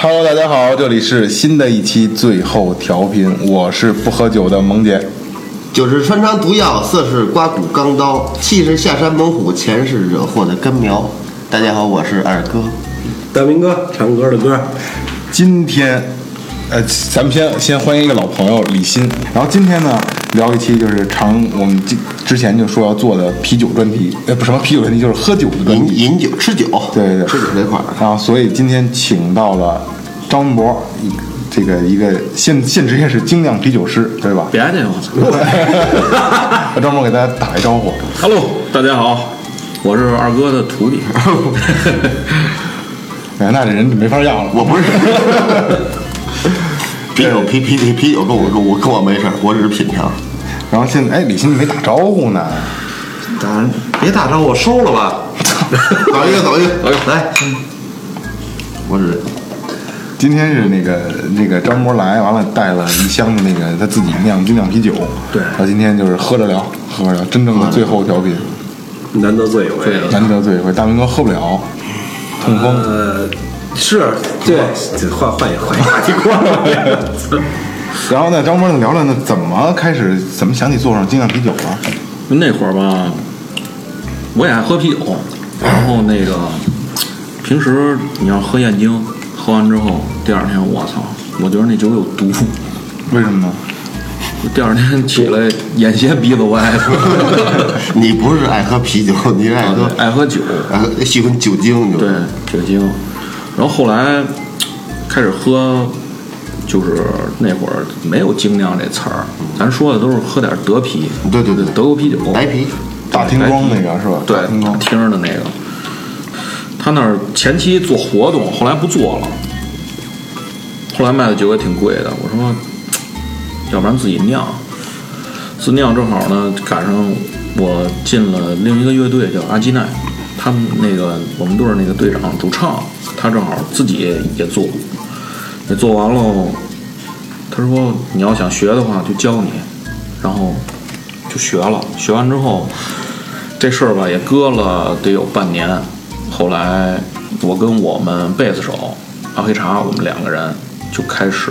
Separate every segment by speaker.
Speaker 1: Hello，大家好，这里是新的一期最后调频，我是不喝酒的萌姐。
Speaker 2: 酒是穿肠毒药，色是刮骨钢刀，气是下山猛虎，钱是惹祸的根苗。大家好，我是二哥。
Speaker 3: 大明哥，唱歌的歌，
Speaker 1: 今天，呃，咱们先先欢迎一个老朋友李欣。然后今天呢，聊一期就是常我们之之前就说要做的啤酒专题，呃，不什么啤酒专题，就是喝酒的专
Speaker 2: 饮
Speaker 1: 题。
Speaker 2: 饮酒吃酒，
Speaker 1: 嗯对对对
Speaker 2: 吃酒这块儿，
Speaker 1: 然后所以今天请到了张文博，一这个一个现现职业是精酿啤酒师，对吧？
Speaker 3: 别介我操
Speaker 1: 让张博给大家打一招呼。
Speaker 3: ！Hello，大家好，我是二哥的徒弟。
Speaker 1: 哎，那这人就没法要了。
Speaker 2: 我不是。啤酒啤啤啤啤酒跟我跟我跟我没事儿，我只是品尝。
Speaker 1: 然后现在，哎，李欣你没打招呼呢。
Speaker 4: 打别打招呼，我收了吧。
Speaker 2: 走一个走一个，
Speaker 4: 来，
Speaker 2: 我只
Speaker 1: 今天是那个那个张博来，完了带了一箱的那个他自己酿精酿啤酒。
Speaker 3: 对
Speaker 1: 他今天就是喝着聊，喝着聊，真正的最后调频，
Speaker 3: 难得哎醉一回，
Speaker 1: 难得醉一回。大明哥喝不了，痛风。
Speaker 3: 呃，是对，这换换一换一话题 换了。
Speaker 1: 然后呢，张博呢聊聊呢，怎么开始，怎么想起做上精酿啤酒了？
Speaker 5: 那会儿吧，我也爱喝啤酒，然后那个平时你要喝燕京，喝完之后第二天我操，我觉得那酒有毒，
Speaker 1: 为什么呢？
Speaker 5: 第二天起来眼斜鼻子歪，
Speaker 2: 你不是爱喝啤酒， 你是爱喝
Speaker 5: 爱喝酒，
Speaker 2: 爱喝喜欢酒精，就是
Speaker 5: 啊对酒精，然后后来开始喝，就是那会儿没有精酿这词儿，咱说的都是喝点德啤，
Speaker 2: 对对对
Speaker 5: 德国啤酒，
Speaker 2: 白啤。嗯
Speaker 1: 大厅庄那个是吧？
Speaker 5: 对
Speaker 1: 大厅庄。
Speaker 5: 听着的那个，他那儿前期做活动，后来不做了，后来卖的酒也挺贵的。我说，要不然自己酿，自酿正好呢，赶上我进了另一个乐队叫阿基奈，他们那个我们队儿那个队长主唱，他正好自己也做，也做完喽。他说你要想学的话就教你，然后就学了，学完之后。这事儿吧也搁了得有半年，后来我跟我们贝斯手阿黑茶，我们两个人就开始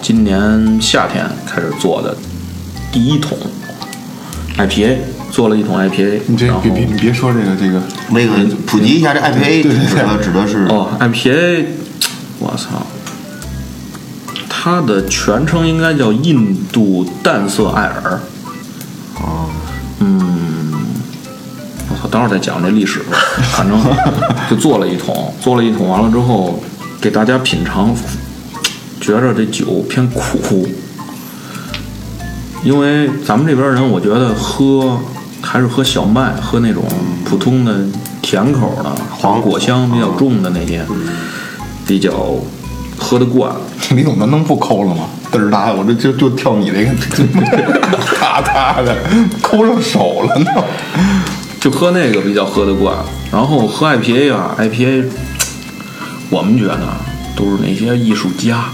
Speaker 5: 今年夏天开始做的第一桶 IPA，做了一桶 IPA，
Speaker 1: 你这
Speaker 5: 然后
Speaker 1: 别别你别说这个这个，
Speaker 2: 那个普及一下，这 IPA
Speaker 1: 对对
Speaker 2: 指的指的是
Speaker 5: 哦，IPA，我操，它的全称应该叫印度淡色艾尔。哦，嗯，我操，等会儿再讲这历史吧。反正就做了一桶，做了一桶完了之后，给大家品尝，觉着这酒偏苦，因为咱们这边人，我觉得喝还是喝小麦，喝那种普通的甜口的
Speaker 2: 黄
Speaker 5: 果香比较重的那些，比较喝得惯。
Speaker 1: 李总能能不抠了吗？嘚儿哒的，我这就就跳你这个， 哒哒的，抠上手了呢。
Speaker 5: 就喝那个比较喝得惯。然后喝 IPA 啊，IPA，我们觉得啊都是那些艺术家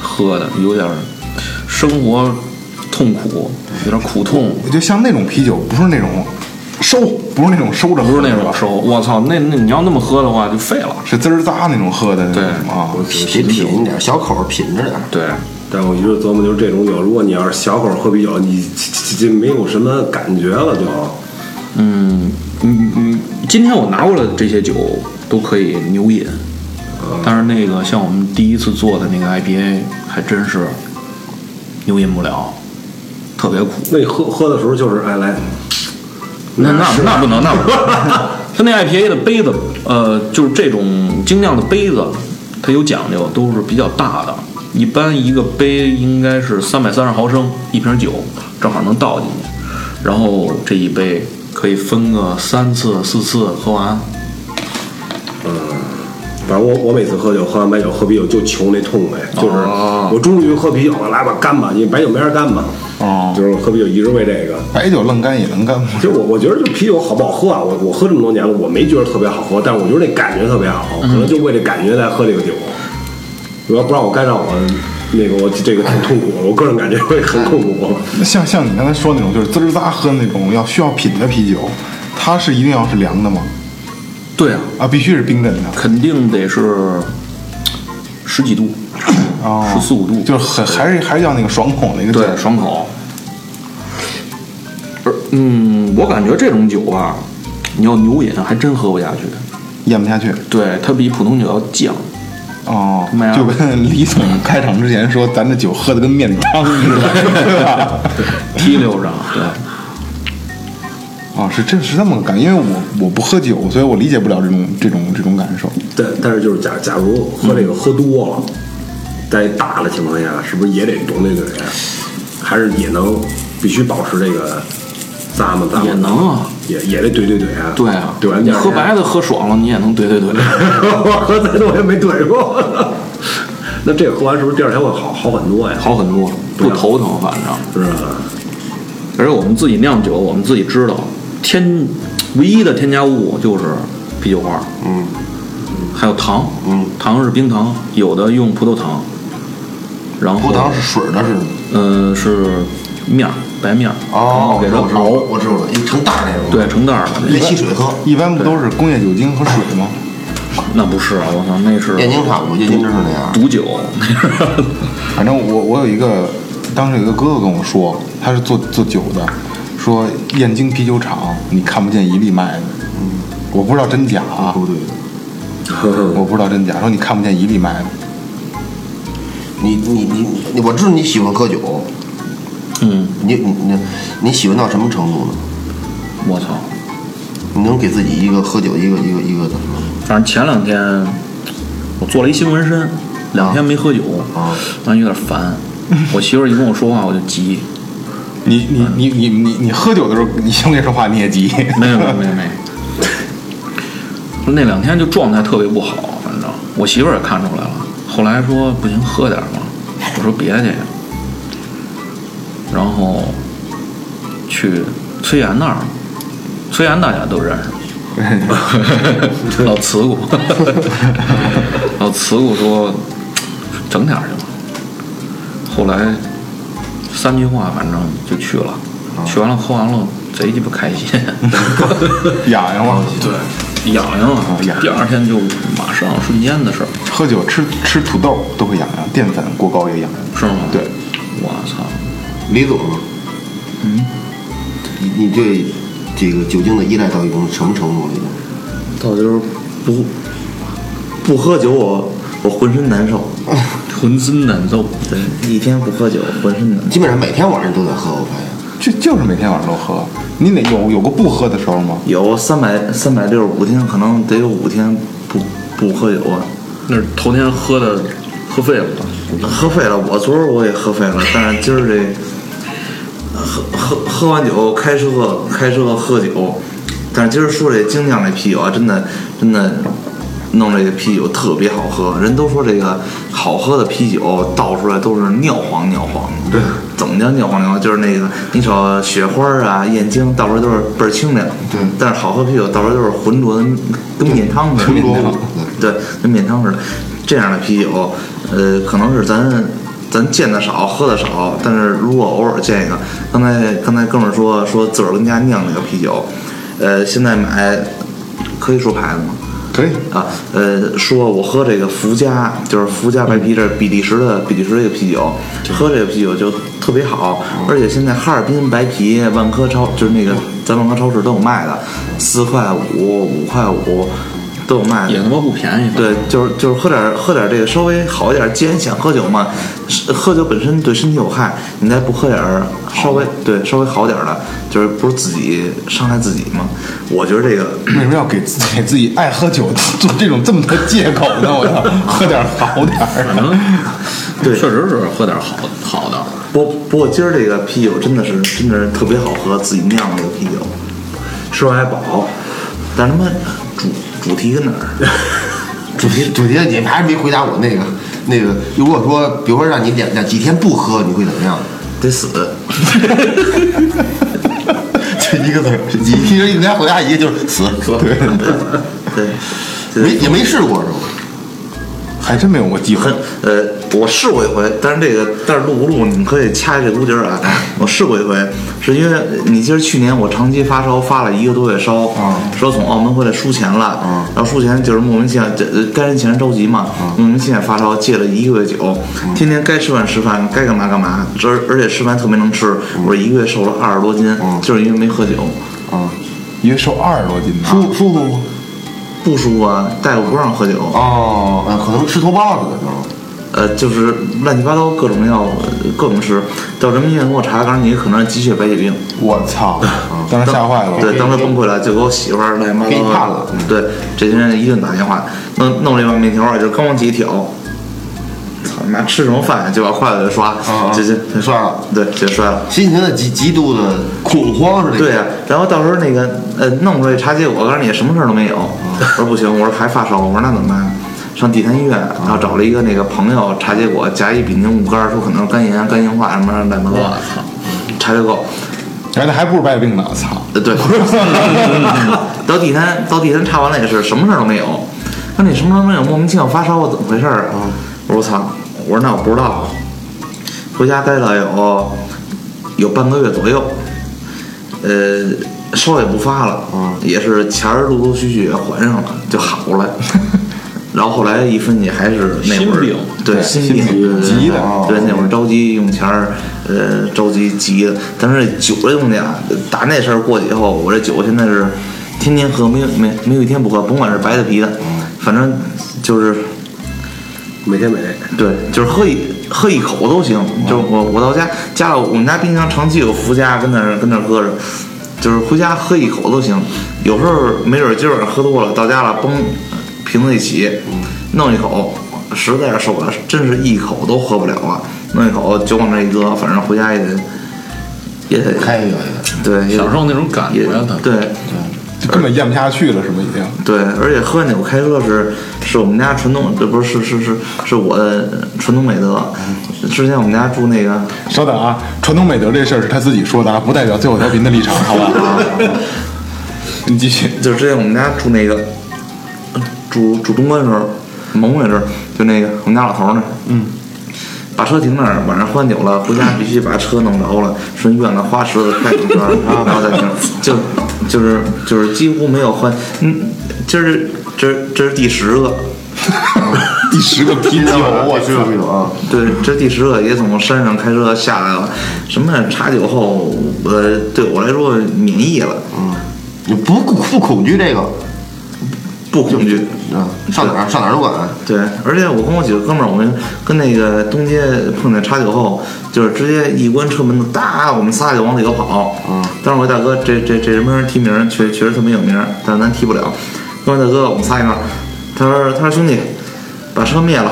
Speaker 5: 喝的，有点儿生活痛苦，有点苦痛，
Speaker 1: 我就像那种啤酒，不是那种收，不是那种收着喝
Speaker 5: 不
Speaker 1: 的，
Speaker 5: 是那种收。我操，那那你要那么喝的话就废了。
Speaker 1: 是滋儿扎那种喝的那
Speaker 5: 对
Speaker 1: 种啊。
Speaker 2: 品品品一点，小口儿品着点儿。
Speaker 5: 对，
Speaker 3: 但我一直琢磨，就是这种酒，如果你要是小口喝啤酒，你这这没有什么感觉了就。
Speaker 5: 嗯嗯，今天我拿过来的这些酒都可以牛饮，但是那个像我们第一次做的那个 IPA 还真是牛饮不了，特别苦。
Speaker 3: 那你喝喝的时候就是哎来，
Speaker 5: 那那那不能，那不能。它那 IPA 的杯子，呃，就是这种精酿的杯子，它有讲究，都是比较大的。一般一个杯应该是三百三十毫升，一瓶酒正好能倒进去，然后这一杯可以分个三次四次喝完。
Speaker 3: 反正我我每次喝酒，喝完白酒喝啤酒就求那痛快，就是
Speaker 5: 哦
Speaker 3: 我终于喝啤酒了，来吧干吧，你白酒没法干吧，
Speaker 1: 哦
Speaker 3: 就是喝啤酒一直为这个。
Speaker 1: 白酒愣干也能干吗？
Speaker 3: 其实我我觉得就啤酒好不好喝啊，我我喝这么多年了，我没觉得特别好喝，但是我觉得那感觉特别好，可
Speaker 5: 嗯
Speaker 3: 能就为这感觉在喝这个酒。我要不让我干让我那个我这个挺痛苦，我个人感觉会很痛苦。
Speaker 1: 像像你刚才说那种，就是滋儿扎喝那种要需要品的啤酒，它是一定要是凉的吗？
Speaker 5: 对啊，
Speaker 1: 啊，必须是冰镇的。
Speaker 5: 肯定得是十几度，
Speaker 1: 哦
Speaker 5: 十四五度，
Speaker 1: 就是很还是还是要那个爽口那个劲
Speaker 5: 对
Speaker 1: 儿，
Speaker 5: 爽口。而嗯，我感觉这种酒吧，你要牛饮还真喝不下去。
Speaker 1: 咽不下去。
Speaker 5: 对，它比普通酒要犟。
Speaker 1: 哦
Speaker 5: 没有，
Speaker 1: 就跟李总开场之前说，咱这酒喝的跟面汤似的， 对吧？
Speaker 5: 提溜着，对，
Speaker 1: 啊，是这是这么个感觉，因为我我不喝酒，所以我理解不了这种这种这种感受。
Speaker 3: 但但是就是假假如喝这个喝多了，在大的情况下，是不是也得懂这个人？还是也能必须保持这个咂摸咂摸？
Speaker 5: 也能啊，
Speaker 3: 也也得怼怼怼啊！
Speaker 5: 对啊，
Speaker 3: 怼完
Speaker 5: 你
Speaker 3: 第二
Speaker 5: 喝
Speaker 3: 天
Speaker 5: 白，的喝爽了，你也能怼 怼怼。
Speaker 3: 我喝再多也没怼过。那这个喝完是不是第二天会好好很多呀？
Speaker 5: 好很多，
Speaker 1: 啊
Speaker 5: 不头疼，反正。
Speaker 3: 是啊吧？
Speaker 5: 而且我们自己酿酒，我们自己知道，添唯一的添加物就是啤酒花，嗯，还有糖，嗯，糖是冰糖，有的用葡萄糖，然后
Speaker 2: 葡萄，是水的，是吗？
Speaker 5: 嗯、是面儿白面儿，
Speaker 2: 哦，我
Speaker 5: 然后给
Speaker 2: 知
Speaker 5: 它
Speaker 2: 道，
Speaker 5: 熬，
Speaker 2: 我知道了，一成大那种，
Speaker 5: 对，成袋儿的，
Speaker 2: 连吸水喝，
Speaker 1: 一般不都是工业酒精和水吗？
Speaker 5: 那不是啊，我操，那是
Speaker 2: 燕京差不多，燕京就是那样。
Speaker 5: 毒酒，
Speaker 1: 反正我我有一个，当时有一个哥哥跟我说，他是做做酒的，说燕京啤酒厂你看不见一粒麦的，我不知道真假啊，
Speaker 2: 不对，
Speaker 1: 我不知道真假，说你看不见一粒麦的，
Speaker 2: 你你你你，我知道你喜欢喝酒，
Speaker 5: 嗯，
Speaker 2: 你你你你喜欢到什么程度呢？
Speaker 5: 我操，
Speaker 2: 你能给自己一个喝酒一个一个一个的
Speaker 5: 反正前两天我做了一新纹身，两天没喝酒，
Speaker 2: 啊
Speaker 5: 完有点烦，我媳妇儿一跟我说话我就急。
Speaker 1: 你你你你你你喝酒的时候，你兄弟说话你也急，
Speaker 5: 没有没有没有没有，那两天就状态特别不好，反正我媳妇儿也看出来了。后来说不行，喝点儿吧。我说别去，然后去崔岩那儿，崔岩大家都认识，老慈姑，老慈姑说整点儿去吧。后来三句话，反正就去了，
Speaker 4: 啊
Speaker 5: 去完了喝完了，贼鸡巴开心。
Speaker 1: 痒痒吗？
Speaker 5: 对，痒痒啊
Speaker 1: 哦痒，
Speaker 5: 第二天就马上瞬间的事儿，
Speaker 1: 喝酒吃吃土豆都会痒痒，淀粉过高也痒痒。
Speaker 5: 是吗？
Speaker 1: 对，
Speaker 5: 我操，
Speaker 2: 李总，嗯，你你对这个酒精的依赖到一种什么程度了？已经？
Speaker 4: 到就是不不喝酒我我浑身难受，
Speaker 5: 浑身难受。
Speaker 4: 对，一天不喝酒浑身难受。
Speaker 2: 基本上每天晚上都在喝，我发现。
Speaker 1: 就就是每天晚上都喝，你哪有有过不喝的时候吗？
Speaker 4: 有三百三百六十五天，可能得有五天不不喝酒啊。
Speaker 5: 那是头天喝的，喝废了吧？
Speaker 4: 喝废了，我昨儿我也喝废了，但是今儿这喝喝喝完酒开车开车喝酒，但是今儿说这精酿这啤酒啊，真的真的弄这个啤酒特别好喝，人都说这个好喝的啤酒倒出来都是尿黄尿黄的，对，怎么叫尿黄尿黄？就是那个你瞅雪花啊、燕京倒出来都是倍儿清凉，对，但是好喝啤酒倒出来都是浑浊的，跟面汤似的，
Speaker 2: 浑浊物
Speaker 4: 对，跟面汤似的。这样的啤酒，呃，可能是咱咱见的少，喝的少，但是如果偶尔见一个，刚才刚才哥们儿说说自个儿跟家酿那个啤酒，呃，现在买可以说牌子吗？
Speaker 1: 可以，
Speaker 4: 啊，呃，说我喝这个福佳，就是福佳白啤，这是比利时的比利时这个啤酒，喝这个啤酒就特别好，而且现在哈尔滨白啤万科超就是那个咱万科超市都有卖的，四块五、五块五都有卖的，
Speaker 5: 也他妈不便宜。，
Speaker 4: 对，就是就是喝点儿喝点儿这个稍微好一点儿。既然想喝酒嘛，是喝酒本身对身体有害，你再不喝点儿稍微对稍微好点儿的，就是不是自己伤害自己嘛？我觉得这个
Speaker 1: 为什么要给自给自己爱喝酒做这种这么多借口呢？我操，喝点好点儿
Speaker 5: 反
Speaker 1: 的。
Speaker 5: 正
Speaker 4: 对
Speaker 5: 确实是喝点好好的。
Speaker 4: 不不过今儿这个啤酒真的是真的是特别好喝，自己酿的这个啤酒，
Speaker 3: 吃完还饱，
Speaker 4: 但是他妈主主题跟哪儿？
Speaker 2: 主题主题，你们还是没回答我那个那个。如果说，比如说让你两两几天不喝，你会怎么样？
Speaker 4: 得死。
Speaker 2: 就一个字儿，你其实人家回答一个就是死，
Speaker 4: 对，
Speaker 2: 没也没试过是吧？
Speaker 1: 还真没有过机会
Speaker 4: 很。呃，我试过一回，但是这个但是录不录，你们可以掐这个屋底儿啊。我试过一回，是因为你记得去年我长期发烧，发了一个多月烧，说从澳门回来输钱了，然后输钱就是莫名其妙，这呃该人钱着急嘛，莫名其妙发烧，戒了一个月酒，天天该吃饭吃饭，该干嘛干嘛，而而且吃饭特别能吃，我一个月瘦了二十多斤，就是因为没喝酒。
Speaker 1: 啊，一个瘦二十多斤的，
Speaker 2: 舒舒服吗？
Speaker 4: 不舒服啊，大夫不让喝酒，
Speaker 2: 哦，呃可能吃头孢子的时候，
Speaker 4: 呃，就是乱七八糟各种药，呃各种吃。到人民医院给我查，告诉你可能是急血白血病。
Speaker 1: 我操！当时吓坏了。
Speaker 4: 对，嗯当时崩溃了，就给我媳妇儿来妈
Speaker 2: 给你
Speaker 4: 妈
Speaker 2: 判了嗯
Speaker 4: 对，这些人一顿打电话，弄弄了一碗面条儿，就刚往几挑。操你妈！吃什么饭呀就把筷子给刷，
Speaker 2: 啊
Speaker 4: 就就
Speaker 2: 给摔了，
Speaker 4: 对，就摔了。
Speaker 2: 心情的极极度的恐慌是这个。
Speaker 4: 对呀、啊然后到时候那个呃弄出来查结果，告诉你什么事儿都没有。我说不行，我说还发烧，我说那怎么办？啊上地坛医院，然后找了一个那个朋友查结果，甲乙丙丁戊肝，说可能是肝炎、肝硬化什么乱七八糟。查结果，
Speaker 1: 哎，那还不如白血病呢！我 操！
Speaker 4: 呃对，到地坛到地坛查完了也是什么事儿都没有。那你什么事儿都没有，莫名其妙发烧，怎么回事儿啊？我说操！我说那我不知道啊。回家待了有有半个月左右，呃，烧也不发了，啊也是前儿陆陆续续也还上了，就好了。然后后来一分析还是那会
Speaker 5: 心
Speaker 4: 儿
Speaker 5: 病
Speaker 4: 对
Speaker 1: 对
Speaker 4: 心嗯
Speaker 1: 心病急的
Speaker 4: 对那会儿着急用钱儿，呃，着急急的。但是酒这东西啊，打那事儿过去以后，我这酒现在是天天喝，没有没没有一天不喝，甭管是白的啤的，反正就是
Speaker 3: 每天每 天
Speaker 4: 对，就是喝一喝一口都行。就是我我到家家我们家冰箱长期有伏加，跟那儿跟那儿搁着，就是回家喝一口都行。有时候没准儿今儿晚上喝多了，到家了崩瓶子一起，弄一口，实在是受不了，真是一口都喝不了啊！弄一口就往那一搁，反正回家也得也得
Speaker 2: 开一个，
Speaker 4: 对也得
Speaker 5: 享受那种感
Speaker 4: 也
Speaker 5: 觉的。
Speaker 4: 对。
Speaker 1: 就根本咽不下去了，是不是已经？
Speaker 4: 对，而且喝完酒开车是是我们家传统，这不是是是是是我的传统美德。之前我们家住那个，
Speaker 1: 稍等啊，传统美德这事儿是他自己说的啊，不代表最后调频的立场，好吧？ 你继续。
Speaker 4: 就是之前我们家住那个，住住东关时候，蒙古那阵儿，就那个我们家老头儿那，嗯，把车停那儿，晚上喝完酒了，回家必须把车弄着了，顺院子花池子开停车，然后再停，就就是就是几乎没有换，嗯，今儿这这这是第十个，
Speaker 1: 第十个啤
Speaker 2: 哎
Speaker 1: 酒，我去
Speaker 2: 是，不是有啊？
Speaker 4: 对，这第十个也从山上开车下来了。什么查酒后，呃，对我来说免疫了，
Speaker 2: 你嗯不不不恐惧这个
Speaker 4: 不恐惧。
Speaker 2: 啊？上哪儿上哪儿都 敢。
Speaker 4: 对，而且我跟我几个哥们儿，我们跟那个东街碰见查酒后，就是直接一关车门，哒，我们仨就往里头跑。嗯，当时我大哥这这这人没人提名，确确实特别有名，但是咱提不了。跟我大哥我们仨一块儿，他说他说兄弟，把车灭了。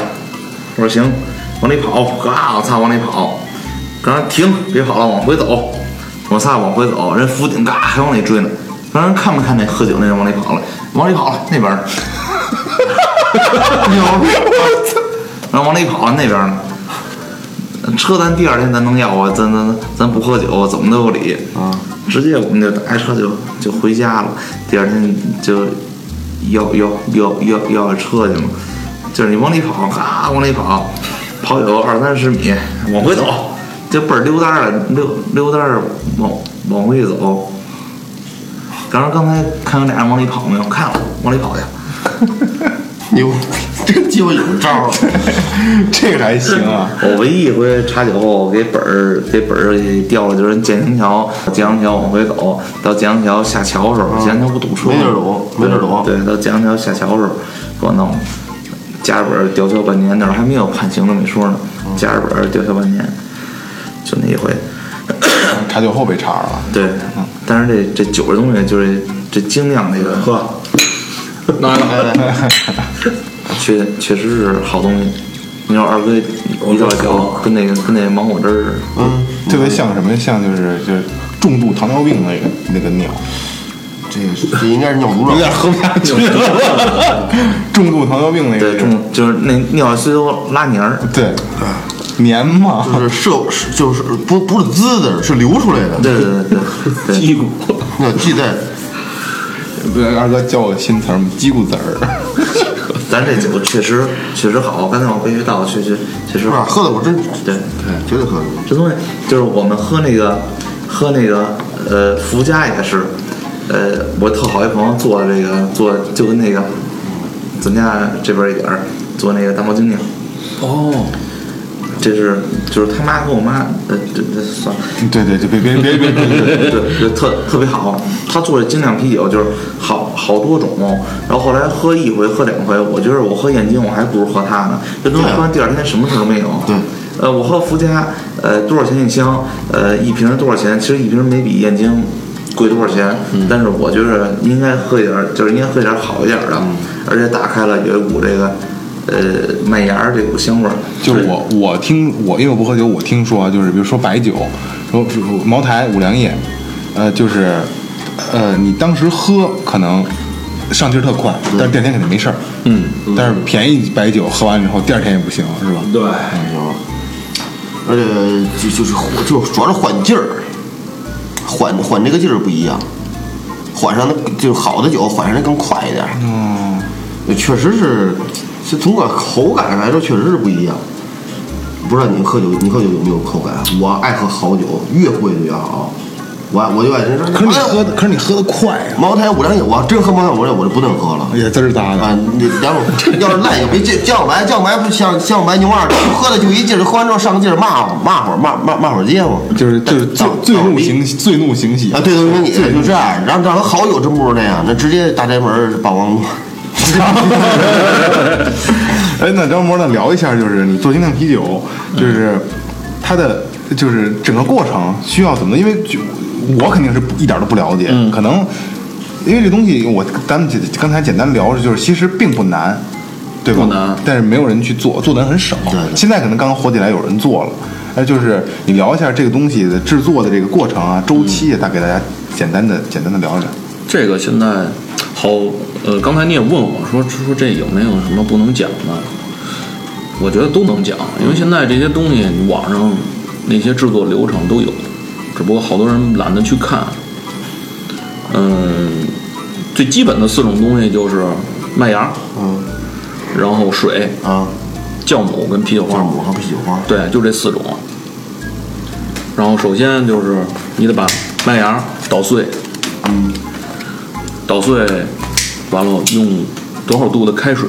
Speaker 4: 我说行，往里跑，嘎，我操，往里跑。刚才停，别跑了，往回走。我仨往回走，人辅警嘎还往里追呢。刚才看没看那喝酒那人往里跑了？往里跑了，那边儿。牛！然后往里跑，那边呢？车咱第二天咱能要啊，咱咱咱不喝酒，怎么都有理啊！直接我们就打开车就就回家了，第二天就要要要要要车去了，就是你往里跑，嘎往里跑，跑有二三十米，往回走，就倍儿溜达儿的溜溜达儿往往回走。刚刚刚才看有俩人往里跑没有？看了，往里跑去。
Speaker 2: 牛，这鸡巴有招儿。
Speaker 1: 这个还行啊。
Speaker 4: 我唯一一回查酒后给本儿给本儿给掉了，就是建阳桥，建阳桥往回走，到建阳桥下桥的时候，建阳桥不堵车吗，
Speaker 2: 嗯没地儿堵没地儿堵
Speaker 4: 对，到建阳桥下桥的时候，给我弄了，加着本儿吊销半年，那时候还没有判刑这么一说呢，
Speaker 2: 嗯
Speaker 4: 加着本儿吊销半年，就那一回。
Speaker 1: 查酒后被查着了，
Speaker 4: 对，但是这这酒这东西就是这精酿这个
Speaker 3: 喝，
Speaker 4: 确确实是好东西。你说二哥一到酒跟那个跟那芒果汁儿似的。
Speaker 2: 嗯，
Speaker 1: 这个像什么？像就是就是重度糖尿病那个那个鸟，
Speaker 2: 这个是这应该是尿毒症
Speaker 1: 有。点喝不下去了。 重度糖尿病那个
Speaker 4: 对，重就是那尿虽都拉泥儿，
Speaker 1: 对黏嘛，
Speaker 2: 就是射，是就是不不是滋的，是流出来的。
Speaker 4: 对对对对对，
Speaker 5: 屁股，
Speaker 2: 那记在
Speaker 1: 二哥教我新词儿，鸡骨子儿。
Speaker 4: 咱这酒确实确实好，刚才我必须道，确实确实
Speaker 2: 是吧？喝
Speaker 4: 好。
Speaker 2: 的我真
Speaker 4: 对，
Speaker 2: 绝对喝的。
Speaker 4: 这东西就是我们喝那个喝那个呃福佳也是，呃，我特好一朋友做这个做就跟那个咱家这边儿一点儿做那个大毛精酿，
Speaker 5: 哦，
Speaker 4: 这是就是他妈跟我妈呃这这算了。
Speaker 1: 对对对，别别别别别 别，
Speaker 4: 对对，特特别好。他做的精酿啤酒就是好好多种，哦然后后来喝一回喝两回，我觉得我喝燕京我还不如喝它呢。这东西
Speaker 1: 啊
Speaker 4: 喝完第二天什么事儿都没有。
Speaker 2: 对，
Speaker 4: 呃，我喝福佳，呃，多少钱一箱？呃，一瓶多少钱？其实一瓶没比燕京贵多少钱，
Speaker 1: 嗯
Speaker 4: 但是我觉得应该喝一点儿，就是应该喝一点儿好一点儿的，
Speaker 1: 嗯
Speaker 4: 而且打开了有一股这个呃麦芽儿这股香味儿。
Speaker 1: 就是我我听我因为我不喝酒，我听说啊，就是比如说白酒，说说茅台、五粮液，呃，就是呃，你当时喝可能上劲儿特快，但是第二天肯定没事儿。嗯，但是便宜白酒喝完以后，第二天也不行，是吧？
Speaker 3: 对，
Speaker 2: 而且就就是就主要是缓劲儿，缓缓这个劲儿不一样，缓上的就是好的酒缓上的更快一点。
Speaker 1: 嗯，
Speaker 2: 确实是，是从个口感上来说确实是不一样。不知道你喝酒，你喝酒有没有口感？啊我爱喝好酒，越贵的越好。我爱我就爱人说，
Speaker 1: 可是你
Speaker 2: 哎
Speaker 1: 喝的，可是你喝的快呀、
Speaker 2: 茅台五粮液，我要真喝茅台五粮液，我就不能喝了。
Speaker 1: 也滋儿哒的。
Speaker 2: 啊，你等会儿要是赖就别酱酱白，酱白不像酱白牛二，喝的就一劲儿，喝完之后上个劲儿骂骂会儿骂骂骂会儿街嘛，
Speaker 1: 就是就是醉
Speaker 2: 当
Speaker 1: 醉怒
Speaker 2: 当
Speaker 1: 行醉怒行喜
Speaker 2: 啊，对对对，你就这样，然后让他好友真不是那样，那直接大宅门儿霸 王
Speaker 1: 哎，那张博，那聊一下，就是你做精酿啤酒，就是它的就是整个过程需要怎么？因为就我肯定是一点都不了解，可能因为这东西我咱们简刚才简单聊着，就是其实并不难。对吧？
Speaker 5: 不难
Speaker 1: 但是没有人去做，做的人很少。
Speaker 2: 对对
Speaker 1: 现在可能刚火起来，有人做了。哎，就是你聊一下这个东西的制作的这个过程啊、周期啊，大概给大家简单的、简单的聊一聊。
Speaker 5: 这个现在好，呃，刚才你也问我说说这有没有什么不能讲的？我觉得都能讲，因为现在这些东西网上那些制作流程都有，只不过好多人懒得去看。嗯，最基本的四种东西就是麦芽，
Speaker 2: 嗯，
Speaker 5: 然后水、
Speaker 2: 啊，
Speaker 5: 酵母跟啤酒
Speaker 2: 酵
Speaker 5: 花。
Speaker 2: 母和啤酒花，
Speaker 5: 对，就这四种。然后首先就是你得把麦芽捣碎，捣碎完了用多少度的开水，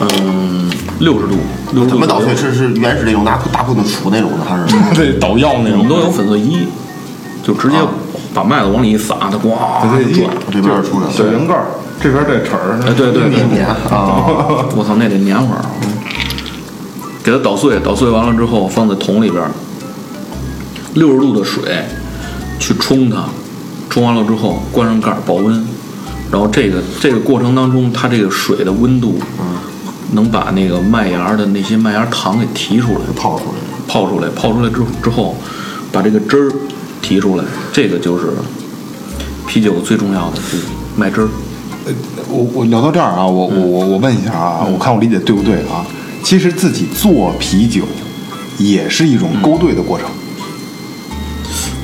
Speaker 5: 嗯，六十度，六
Speaker 2: 怎
Speaker 5: 十度
Speaker 2: 么捣碎？
Speaker 5: 左右？
Speaker 2: 是是原始那种拿大棍子杵那种的，还是？
Speaker 1: 对，捣药那
Speaker 5: 我们都有粉碎机，就直接把麦子往里一撒，它咣
Speaker 1: 粉碎机
Speaker 5: 转。
Speaker 2: 这边儿出来了
Speaker 1: 小圆盖儿，这边儿带齿儿。
Speaker 5: 哎，对对对，
Speaker 2: 啊，
Speaker 5: 我操，那得粘会儿啊，给它捣碎，捣碎完了之后放在桶里边儿，六十度的水去冲它，冲完了之后关上盖儿保温，然后这个这个过程当中，它这个水的温度，
Speaker 2: 嗯
Speaker 5: 能把那个麦芽的那些麦芽糖给提出来，
Speaker 2: 泡出来，
Speaker 5: 泡出来，泡出来之后之后，把这个汁儿提出来，这个就是啤酒最重要的就是麦汁儿。
Speaker 1: 我我聊到这儿啊，我我我我问一下啊，我看我理解对不对啊？其实自己做啤酒也是一种勾兑的过程，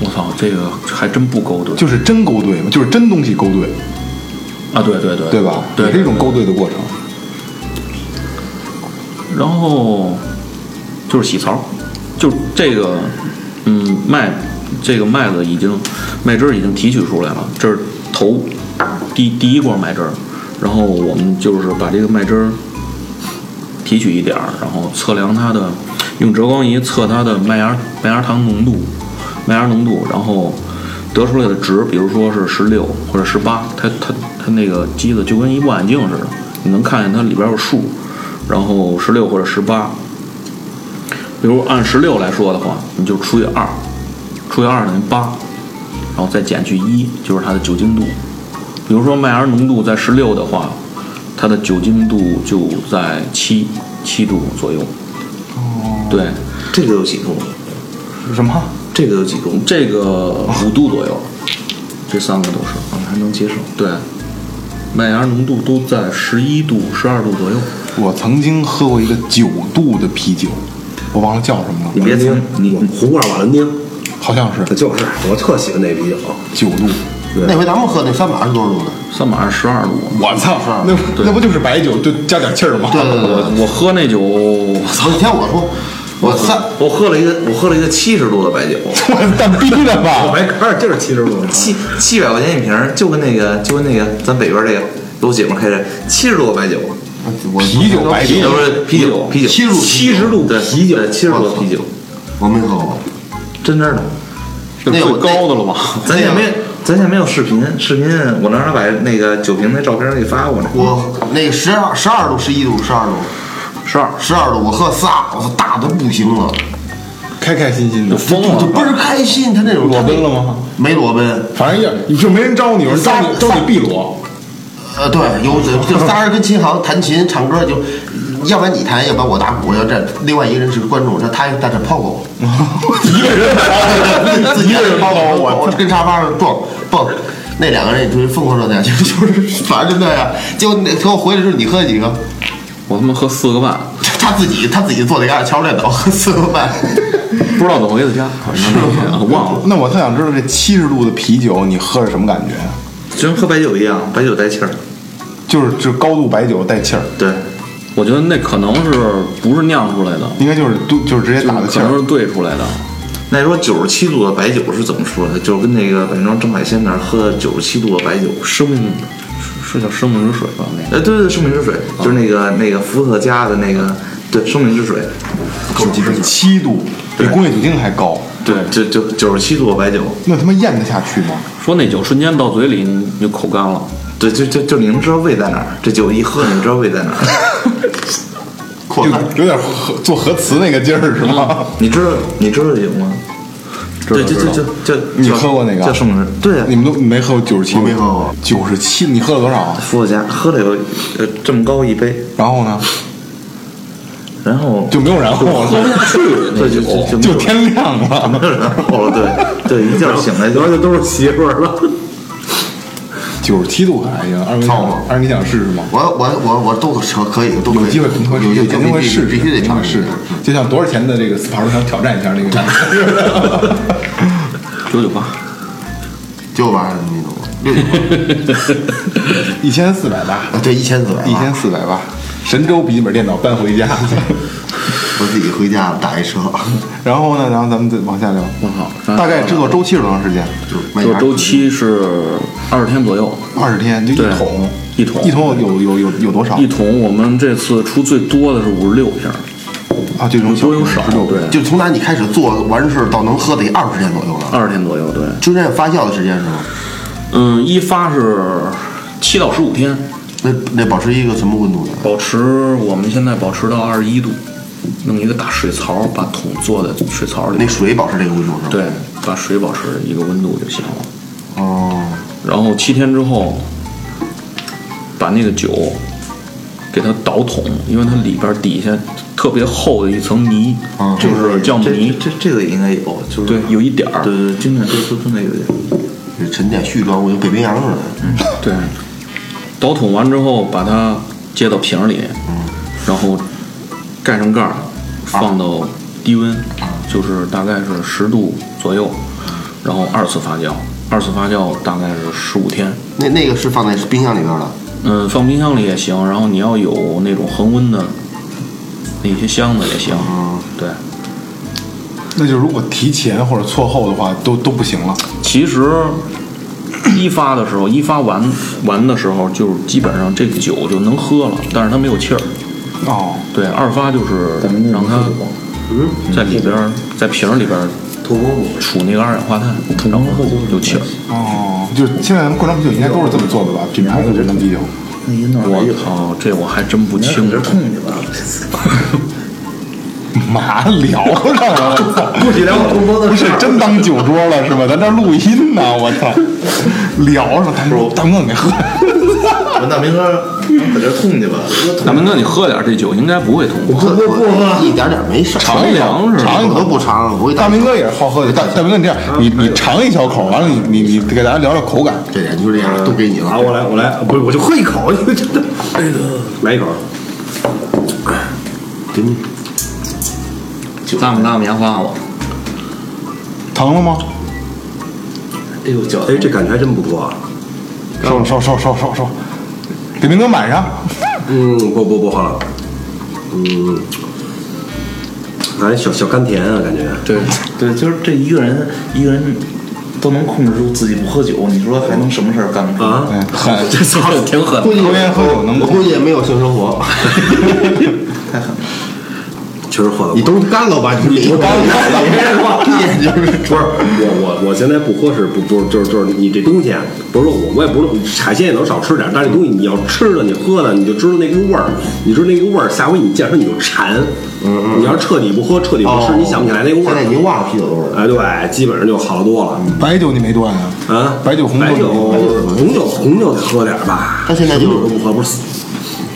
Speaker 5: 我操，这个还真不勾兑。
Speaker 1: 就是真勾兑嘛，就是真东西勾兑，
Speaker 5: 啊，对对对，
Speaker 1: 对吧？
Speaker 5: 对，
Speaker 1: 也
Speaker 5: 对
Speaker 1: 是一种勾。兑的过程。
Speaker 5: 对然后就是洗槽，就这个，嗯，麦，这个麦子已经麦汁儿已经提取出来了，这是头第第一锅麦汁儿，然后我们就是把这个麦汁儿提取一点儿，然后测量它的，用折光仪测它的麦芽麦芽糖浓度，麦芽浓度，然后得出来的值，比如说是十六或者十八，它它它那个机子就跟一望远镜似的，你能看见它里边有数，然后十六或者十八，比如按十六来说的话，你就除以二，除以二等于八，然后再减去一，就是它的酒精度。比如说麦芽浓度在十六的话，它的酒精度就在七七度左右。哦，对，
Speaker 4: 这个有几度？
Speaker 1: 什么？
Speaker 4: 这个有几度？
Speaker 5: 这个五度左右，这三个都是。
Speaker 4: 我还能接受。
Speaker 5: 对，麦芽浓度都在十一度、十二度左右。
Speaker 1: 我曾经喝过一个九度的啤酒，我忘了叫什么
Speaker 4: 你
Speaker 5: 嗯
Speaker 1: 了，
Speaker 4: 别
Speaker 3: 丁
Speaker 4: 听，你
Speaker 3: 红罐瓦伦丁，
Speaker 1: 好像是
Speaker 3: 就是我特喜欢那啤酒，
Speaker 1: 九度。
Speaker 2: 那回咱们喝那三把是多少度的？
Speaker 5: 三百二十二度。
Speaker 1: 我操，那不那不就是白酒，就加点气儿吗？
Speaker 2: 对对对，
Speaker 5: 我我喝那酒，
Speaker 2: 你听我说，我三
Speaker 4: 我喝了一个，我喝了一个七十度的白酒，
Speaker 1: 我当逼的
Speaker 3: 小
Speaker 1: 吧？
Speaker 3: 白干就是七十 度，
Speaker 4: 七七百块钱一瓶儿，就跟那个就跟那个咱北边这个有姐们儿开的七十度的白酒，
Speaker 2: 我
Speaker 1: 啤酒白
Speaker 4: 啤
Speaker 1: 酒
Speaker 4: 酒不是啤酒啤酒
Speaker 2: 七十度
Speaker 4: 七十度对啤酒七十度的啤酒，
Speaker 2: 我没喝过，
Speaker 4: 真真的。
Speaker 5: 这
Speaker 2: 那
Speaker 5: 最
Speaker 2: 我
Speaker 5: 高的了吧？
Speaker 4: 咱也没咱也没有视频，视频我那儿把那个酒瓶那照片给发过来。
Speaker 2: 我那个十二十二度十一度十二度
Speaker 5: 十二，
Speaker 2: 十二度，我喝仨，我操大的不行了，
Speaker 1: 开开心心的，
Speaker 5: 疯
Speaker 2: 就
Speaker 5: 了。
Speaker 2: 倍儿开心。他那种
Speaker 1: 哦裸奔了吗？
Speaker 2: 没裸奔，
Speaker 1: 反正也就没人招你，有人招你招你必裸。
Speaker 2: 呃，对，有就仨人跟琴行弹琴唱歌，就要不然你弹，要不然我打鼓，要这另外一个人是观众，这他在这抛狗，
Speaker 1: 一个人
Speaker 2: 自己在这抛狗，我我跟沙发上撞蹦。那两个人也就是疯狂状态，就是 就是，反正就那样。结果那结果回来之后，你喝几个？
Speaker 5: 我他妈喝四个半，
Speaker 2: 他自己他自己做的鸭桥练倒喝四个半，
Speaker 5: 不知道怎么回的家，反正那天 我忘了。
Speaker 1: 那我特想知道这七十度的啤酒你喝着什么感觉？
Speaker 4: 就跟喝白酒一样，白酒带气儿。
Speaker 1: 就是就是高度白酒带气儿，
Speaker 4: 对，
Speaker 5: 我觉得那可能是不是酿出来的，
Speaker 1: 应该就是都就是直接打的气
Speaker 5: 可
Speaker 1: 儿
Speaker 5: 能。是兑出来的。
Speaker 4: 那说九十七度的白酒是怎么说的？就是跟那个北庄郑海鲜那儿喝九十七度的白酒。
Speaker 5: 生命是是叫生命之水吧？那个
Speaker 4: 哎，对对，生命之水，就是那个那个伏特加的那个，对，生命之水，
Speaker 1: 九十七度，比工业酒精还高，
Speaker 4: 对，就就九十七度的白酒，
Speaker 1: 那他妈咽得下去吗？
Speaker 5: 说那酒瞬间到嘴里你就口干了，
Speaker 4: 对，就就就你能知道味在哪儿，这酒一喝你就知道味在哪儿，
Speaker 1: 有有点核做核磁那个劲儿是吗？
Speaker 4: 你知道你知道这酒吗？
Speaker 5: 知
Speaker 4: 对，
Speaker 5: 道
Speaker 4: 就
Speaker 5: 知
Speaker 4: 就
Speaker 5: 道。
Speaker 4: 就就
Speaker 1: 你
Speaker 4: 叫
Speaker 1: 喝过那个
Speaker 4: 叫生命之？对啊，
Speaker 1: 你们都嗯没喝过九十七？
Speaker 2: 我没喝过
Speaker 1: 九十七，你喝了多少啊？
Speaker 4: 伏特加喝了有呃这么高一杯，
Speaker 1: 然后呢？
Speaker 4: 然后
Speaker 1: 就没有然后
Speaker 5: 喝不
Speaker 1: 了，
Speaker 5: 下去，那
Speaker 4: 对就
Speaker 5: 酒
Speaker 4: 就
Speaker 1: 就
Speaker 4: 就
Speaker 1: 天亮了。
Speaker 4: 没有然后了，哦对对，一觉醒来
Speaker 3: 然
Speaker 4: 就
Speaker 3: 后就都是媳妇儿了。
Speaker 1: 九十七度还行，二位
Speaker 2: 操我
Speaker 1: 想，二位你想试试吗？
Speaker 2: 我我我我都可可以，都可以
Speaker 1: 有机会肯定会
Speaker 2: 有
Speaker 1: 试，
Speaker 2: 有
Speaker 1: 肯定会试，
Speaker 2: 必须得
Speaker 1: 肯定
Speaker 2: 尝
Speaker 1: 会试
Speaker 2: 试。。
Speaker 1: 就像多少钱的这个 SPA 想挑战一下那个感觉。
Speaker 5: 九九八，
Speaker 2: 就玩意儿那种六九
Speaker 1: 一千四百八，
Speaker 2: 八，对，一千四百，
Speaker 1: 一千四百八，神州笔记本电脑搬回家。
Speaker 2: 我自己回家打一车，
Speaker 1: 然后呢，然后咱们再往下聊。
Speaker 5: 我靠！
Speaker 1: 大概制作周期是多长时间？
Speaker 2: 就卖
Speaker 5: 就
Speaker 2: 点儿
Speaker 5: 周期是二十天左右，
Speaker 1: 二十天，就一
Speaker 5: 对
Speaker 1: 桶，
Speaker 5: 一桶
Speaker 1: 一桶有有有有多少
Speaker 5: 一桶。我们这次出最多的是五十六瓶儿，
Speaker 1: 啊？这种小
Speaker 5: 有多有少
Speaker 1: 16
Speaker 5: 对
Speaker 2: 就从打你开始做完事儿到能喝得二十天左右了，
Speaker 5: 二十天左右。对，
Speaker 2: 就这样发酵的时间是吗？
Speaker 5: 嗯，一发是七到十五天，
Speaker 2: 那那保持一个什么温度呢？
Speaker 5: 保持我们现在保持到二十一度，弄一个大水槽，把桶坐在水槽里
Speaker 2: 那，水保持这个温度是吗？，
Speaker 5: 对，把水保持一个温度就行了。
Speaker 2: 哦，
Speaker 5: 然后七天之后，把那个酒给它倒桶，因为它里边底下特别厚的一层泥，就是酵母
Speaker 4: 啊这
Speaker 5: 泥，
Speaker 4: 这这个也应该有，就是
Speaker 5: 对，有一点儿，
Speaker 4: 对对，军队都都真的有点。
Speaker 2: 这沉淀絮状物，跟北冰洋似的。
Speaker 5: 对，倒桶完之后把它接到瓶里，
Speaker 4: 嗯
Speaker 5: 然后盖上盖儿，放到低温，
Speaker 4: 啊
Speaker 5: 就是大概是十度左右，然后二次发酵，二次发酵大概是十五天。
Speaker 2: 那那个是放在冰箱里边的，
Speaker 5: 嗯，放冰箱里也行，然后你要有那种恒温的那些箱子也行。对，
Speaker 1: 那就是如果提前或者错后的话，都都不行了。
Speaker 5: 其实一发的时候，一发完完的时候，就是基本上这个酒就能喝了，但是它没有气儿。
Speaker 1: 哦，
Speaker 5: 对，二发就是让它在里边儿，在瓶儿里边儿
Speaker 4: 土公公
Speaker 5: 储那个二氧化碳，然后有气儿。
Speaker 1: 哦，就是现在咱们灌装啤酒应该都是这么做的吧？品牌的灌装啤酒，
Speaker 4: 那一弄
Speaker 5: 我靠，这我还真不清楚。
Speaker 4: 痛去吧。
Speaker 1: 嘛聊上了，我操！
Speaker 4: 你聊我中国
Speaker 1: 不
Speaker 4: 的
Speaker 1: 是真当酒桌了是吧？咱这儿录音呢，我操！聊上，大明大明哥你没喝，
Speaker 4: 我大明哥在这痛去吧。
Speaker 5: 大明哥，你喝点儿这酒应该不会痛吧？
Speaker 2: 不不不，一点点没事儿。
Speaker 5: 尝一尝是吧？
Speaker 1: 尝一
Speaker 2: 我都
Speaker 1: 口。
Speaker 2: 不尝，我给
Speaker 1: 大
Speaker 2: 明
Speaker 1: 明哥也是好喝酒，大大明哥你这样，
Speaker 5: 嗯
Speaker 1: 你你尝一小口，完了你你你给大家聊聊口感。
Speaker 2: 这点就这样，都给你了
Speaker 3: 啊，。 我来，我来，不是，我就喝一口，因为真 的，哎呦来一口，
Speaker 2: 给你
Speaker 5: 大不大不牙花子？
Speaker 1: 疼了吗？
Speaker 4: 这哎呦，脚
Speaker 3: 哎，这感觉还真不错啊。
Speaker 1: 收收收收收收，给明哥买上。
Speaker 3: 嗯，不不不，好了，嗯，哎，小小甘甜啊，感觉。
Speaker 5: 对，
Speaker 4: 对，就是这一个人一个人都能控制住自己不喝酒，你说还能什么事儿干不出来？
Speaker 3: 啊，
Speaker 1: 嗯，很
Speaker 5: 哎这操的挺狠
Speaker 2: 估。计
Speaker 1: 抽烟喝酒能
Speaker 2: 我
Speaker 1: 控
Speaker 2: 估计也没有性生活，
Speaker 3: 确实喝的
Speaker 2: 你都干了吧？你
Speaker 1: 我刚
Speaker 2: 你
Speaker 1: 才
Speaker 2: 别说，你眼睛
Speaker 3: 不是我我我现在不喝是不不就是就是你这东西啊，不是说我我也不是海鲜也能少吃点，但是这东西你要吃了你喝了你就知道那个味儿，你知道那个味儿，下回你见着你就馋。嗯嗯。你要是彻底不喝，彻底不吃，你想不起来那个味
Speaker 2: 哦现在已
Speaker 3: 儿。
Speaker 2: 经忘了啤酒味儿了。
Speaker 3: 哎，对，基本上就好得多了。
Speaker 1: 白酒你没断啊？
Speaker 3: 啊，
Speaker 1: 白酒红酒
Speaker 3: 白
Speaker 1: 你
Speaker 3: 酒
Speaker 1: 没断
Speaker 3: 红酒红酒得喝点儿吧。
Speaker 2: 他现在
Speaker 3: 什
Speaker 2: 就
Speaker 3: 么酒都不喝，不是。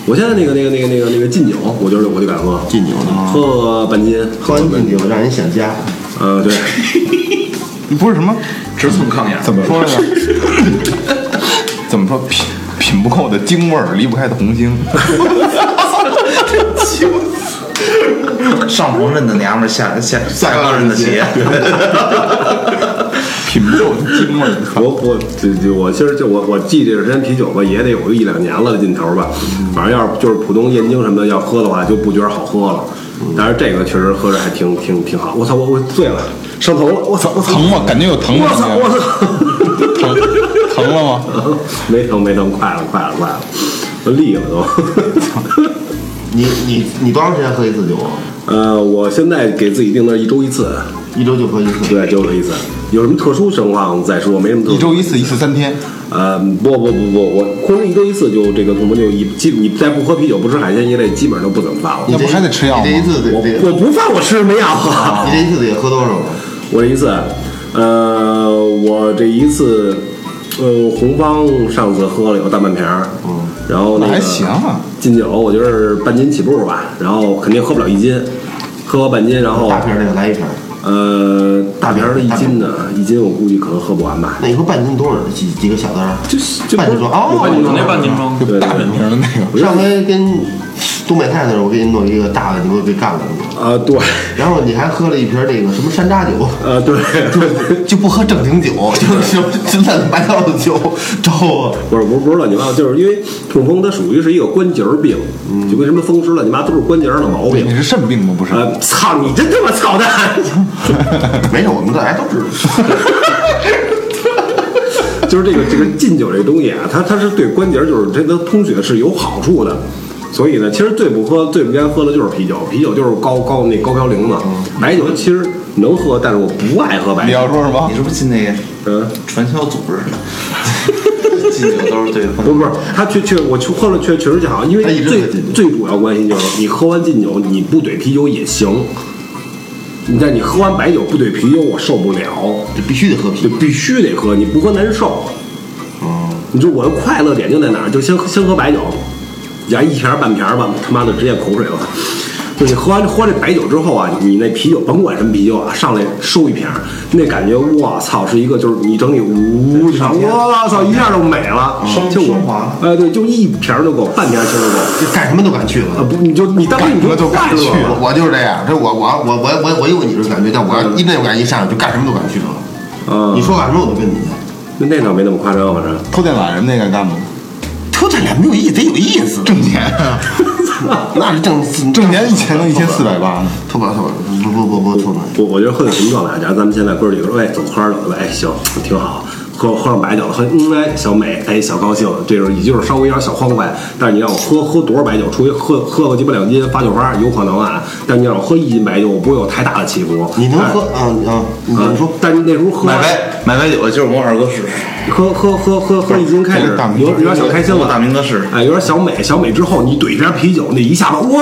Speaker 3: 我现在那个那个那个那个那个禁酒，我就是我就敢喝
Speaker 2: 禁酒呢
Speaker 3: 喝半斤，
Speaker 2: 喝完敬酒让人想家，
Speaker 3: 呃对，
Speaker 1: 不是什么
Speaker 5: 嗯直寸抗牙，
Speaker 1: 怎么说来着？ 怎么说品品不够的京味儿，离不开的红星。
Speaker 4: 上黄镇的娘们儿下下下高人的鞋，
Speaker 1: 品不够的京味儿。
Speaker 3: 我我这这我其实就我我记这段时间啤酒吧也得有一两年了劲头吧，
Speaker 1: 嗯
Speaker 3: 反正要是就是普通燕京什么的要喝的话就不觉得好喝了，
Speaker 1: 嗯
Speaker 3: 但是这个确实喝着还挺挺挺好，我操我我醉了上头了，我操我操
Speaker 1: 疼吗？感觉有疼
Speaker 3: 我
Speaker 1: 吗？
Speaker 3: 操我操，
Speaker 1: 疼 疼了吗？
Speaker 3: 没疼没疼，快了快了快了，我立了 都。
Speaker 2: 你你你多长时间喝一次酒啊？
Speaker 3: 呃，我现在给自己定的是一周一次，
Speaker 2: 一周就喝一次。
Speaker 3: 对，就是一次。有什么特殊情况再说，没什么特殊。
Speaker 1: 一周一次，一次三天。
Speaker 3: 呃，不不不不，我光一周一次就这个痛风就一基，你再不喝啤酒不吃海鲜一类，基本上都不怎么犯了。
Speaker 1: 那不还得吃药吗
Speaker 2: 你这一次得
Speaker 3: 我
Speaker 2: 得，
Speaker 3: 我不犯，我吃什么药啊？
Speaker 2: 你这一次得喝多少啊？
Speaker 3: 我这一次，呃，我这一次，嗯，红方上次喝了有大半瓶儿，嗯，然后那个
Speaker 1: 还行啊
Speaker 3: 金酒我觉得是半斤起步吧，然后肯定喝不了一斤，喝个半斤，然后
Speaker 2: 大瓶儿那个来一瓶儿，
Speaker 3: 呃，大瓶儿的一斤呢，一斤我估计可能喝不完吧。
Speaker 2: 那你说半斤多少几几个小袋儿？
Speaker 3: 就是就
Speaker 2: 半斤
Speaker 3: 不
Speaker 2: 装
Speaker 3: 是
Speaker 2: 哦，
Speaker 3: 半斤装
Speaker 5: 那半斤装
Speaker 3: 对对
Speaker 1: 大扁
Speaker 3: 对
Speaker 1: 瓶儿的那个，
Speaker 2: 上回跟东北菜的时候，我给你弄一个大的，你不是被干了吗？
Speaker 3: 啊，对，
Speaker 2: 然后你还喝了一瓶那个什么山楂酒，
Speaker 3: 呃，对，
Speaker 2: 就不喝正经酒， 就是就乱七八糟的酒，找我。
Speaker 3: 不是不是不是乱七八糟，就是因为痛风它属于是一个关节儿病，
Speaker 1: 嗯
Speaker 3: 就跟什么风湿乱七八糟都是关节上的毛病
Speaker 1: 你。是肾病吗？不是，
Speaker 3: 呃，操你真他妈操蛋！
Speaker 2: 没事，我们大家都知道。
Speaker 3: 就是这个这个禁酒这东西啊，它它是对关节儿就是这个通血是有好处的。所以呢，其实最不喝、最不该喝的就是啤酒，啤酒就是高高那高嘌呤嘛。白酒其实能喝，但是我不爱喝白
Speaker 1: 嗯你
Speaker 3: 酒。
Speaker 1: 要说什么
Speaker 4: 你？是不是进那个
Speaker 3: 嗯，
Speaker 4: 传销组织了？ 进酒都是对
Speaker 3: 不
Speaker 4: 方
Speaker 3: 是不是，他确确我去喝了确确实就好，因为
Speaker 2: 他一直
Speaker 3: 最
Speaker 2: 喝禁酒
Speaker 3: 最主要关系就是你喝完禁酒，你不怼啤酒也行。你但你喝完白酒不怼啤酒，我受不了，
Speaker 2: 这必须得喝
Speaker 3: 就
Speaker 2: 啤酒。
Speaker 3: 必须得喝，你不喝难受。你说我的快乐点就在哪儿？就先喝先喝白酒，然后一瓶儿半瓶儿吧，他妈的直接口水了。就你喝完喝这白酒之后啊，你那啤酒甭管什么啤酒啊，上来收一瓶儿，那感觉我操是一个就是你整体呜，我操一下就美了，
Speaker 4: 升
Speaker 3: 就我
Speaker 4: 升华了
Speaker 3: 哎对，就一瓶儿就够，半瓶儿其实就够。
Speaker 2: 这干什么都敢去
Speaker 3: 啊
Speaker 2: 了，
Speaker 3: 不，你就你当时你
Speaker 1: 干什么都
Speaker 3: 快
Speaker 1: 敢去
Speaker 3: 乐了，
Speaker 2: 我就是这样。这我我我我我我有你这种感觉，但我要一那种感觉一上来就干什么都敢去了。
Speaker 3: 嗯
Speaker 2: 你说干什么我都跟你去。
Speaker 3: 那那倒没那么夸张，反正。
Speaker 1: 偷电缆什么那个干吗？
Speaker 2: 偷这俩没有意义，得有意思。挣钱啊，那是挣
Speaker 1: 挣钱一千能一千四百八呢。
Speaker 2: 偷吧偷吧，不不不不偷吧。
Speaker 3: 我我觉得喝点什么状态？假如咱们现在哥几个说，哎，走花儿了，哎，行，挺好，喝喝上白酒了，喝，嗯，哎，小美，哎，小高兴，这种也就是稍微有点小欢快。但是你让我喝喝多少白酒，除非喝喝个鸡巴两斤发酒疯，有可能啊。但你让我喝一斤白酒，我不会有太大的起伏。
Speaker 2: 你能喝啊啊？你
Speaker 3: 啊？
Speaker 2: 你说
Speaker 3: 说，但是那时候喝
Speaker 4: 买白买白酒就是我二哥试试，
Speaker 3: 喝喝喝喝喝一斤开始
Speaker 1: 这个大，明
Speaker 3: 有有点小开心
Speaker 4: 我
Speaker 3: 了，
Speaker 4: 大明哥试试。
Speaker 3: 哎，有点小美，小美之后你怼一瓶啤酒，那一下子，我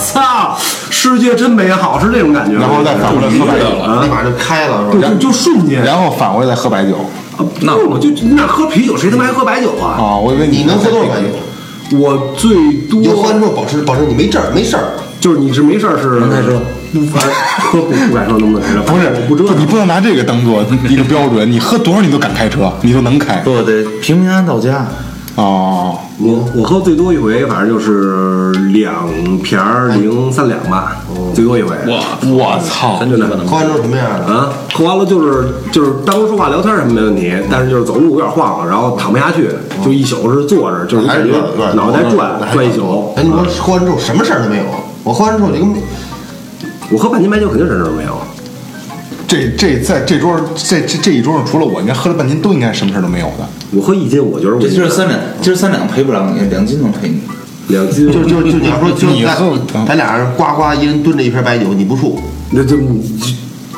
Speaker 3: 操，世界真美好，是这种感觉。
Speaker 1: 然后再反过来喝白酒
Speaker 3: 啊
Speaker 2: 立马就开了是
Speaker 3: 对，
Speaker 2: 吧？
Speaker 3: 就就瞬间。
Speaker 1: 然后反过来再喝白酒
Speaker 3: 啊那我就那喝啤酒，谁他妈还喝白酒啊？
Speaker 1: 啊！我以为
Speaker 2: 你能喝多少白酒？
Speaker 3: 我最
Speaker 2: 你就喝完之
Speaker 3: 多
Speaker 2: 后保持保持你没事儿没事儿，
Speaker 3: 就是你是没事儿是能开车，喝不不敢说能不能开车，
Speaker 1: 不是，
Speaker 3: 我不折腾
Speaker 1: 你。不能拿这个当做一个标准。你喝多少你都敢开车，你都能开。
Speaker 4: 不得平平安到家，
Speaker 1: 哦，
Speaker 3: 我我喝最多一回，反正就是两瓶儿零三两吧，最多一回。
Speaker 5: 我我操，
Speaker 3: 真的
Speaker 2: 喝完之后什么样啊？
Speaker 3: 啊，喝完了就是就是单独说话聊天什么没问题，但是就是走路有点晃晃，然后躺不下去，就一宿是坐着，哦就是
Speaker 2: 还
Speaker 3: 感
Speaker 2: 是
Speaker 3: 觉
Speaker 2: 有点有点
Speaker 3: 脑袋转转一宿。嗯
Speaker 2: 哎，你说喝完之后什么事儿都没有？我喝完之后就跟
Speaker 3: 我喝半斤白酒肯定什么事儿没有，
Speaker 1: 这这在这桌这这这一桌上，除了我，应该喝了半天都应该什么事儿都没有的。
Speaker 3: 我喝一斤我觉得我
Speaker 4: 这今儿三两，今儿三两赔不了你，两斤能赔你。
Speaker 3: 两斤
Speaker 2: 就就就你要说就
Speaker 1: 你
Speaker 2: 咱
Speaker 1: 喝
Speaker 2: 咱俩人呱呱一人蹲着一瓶白酒，你不怵？
Speaker 3: 那就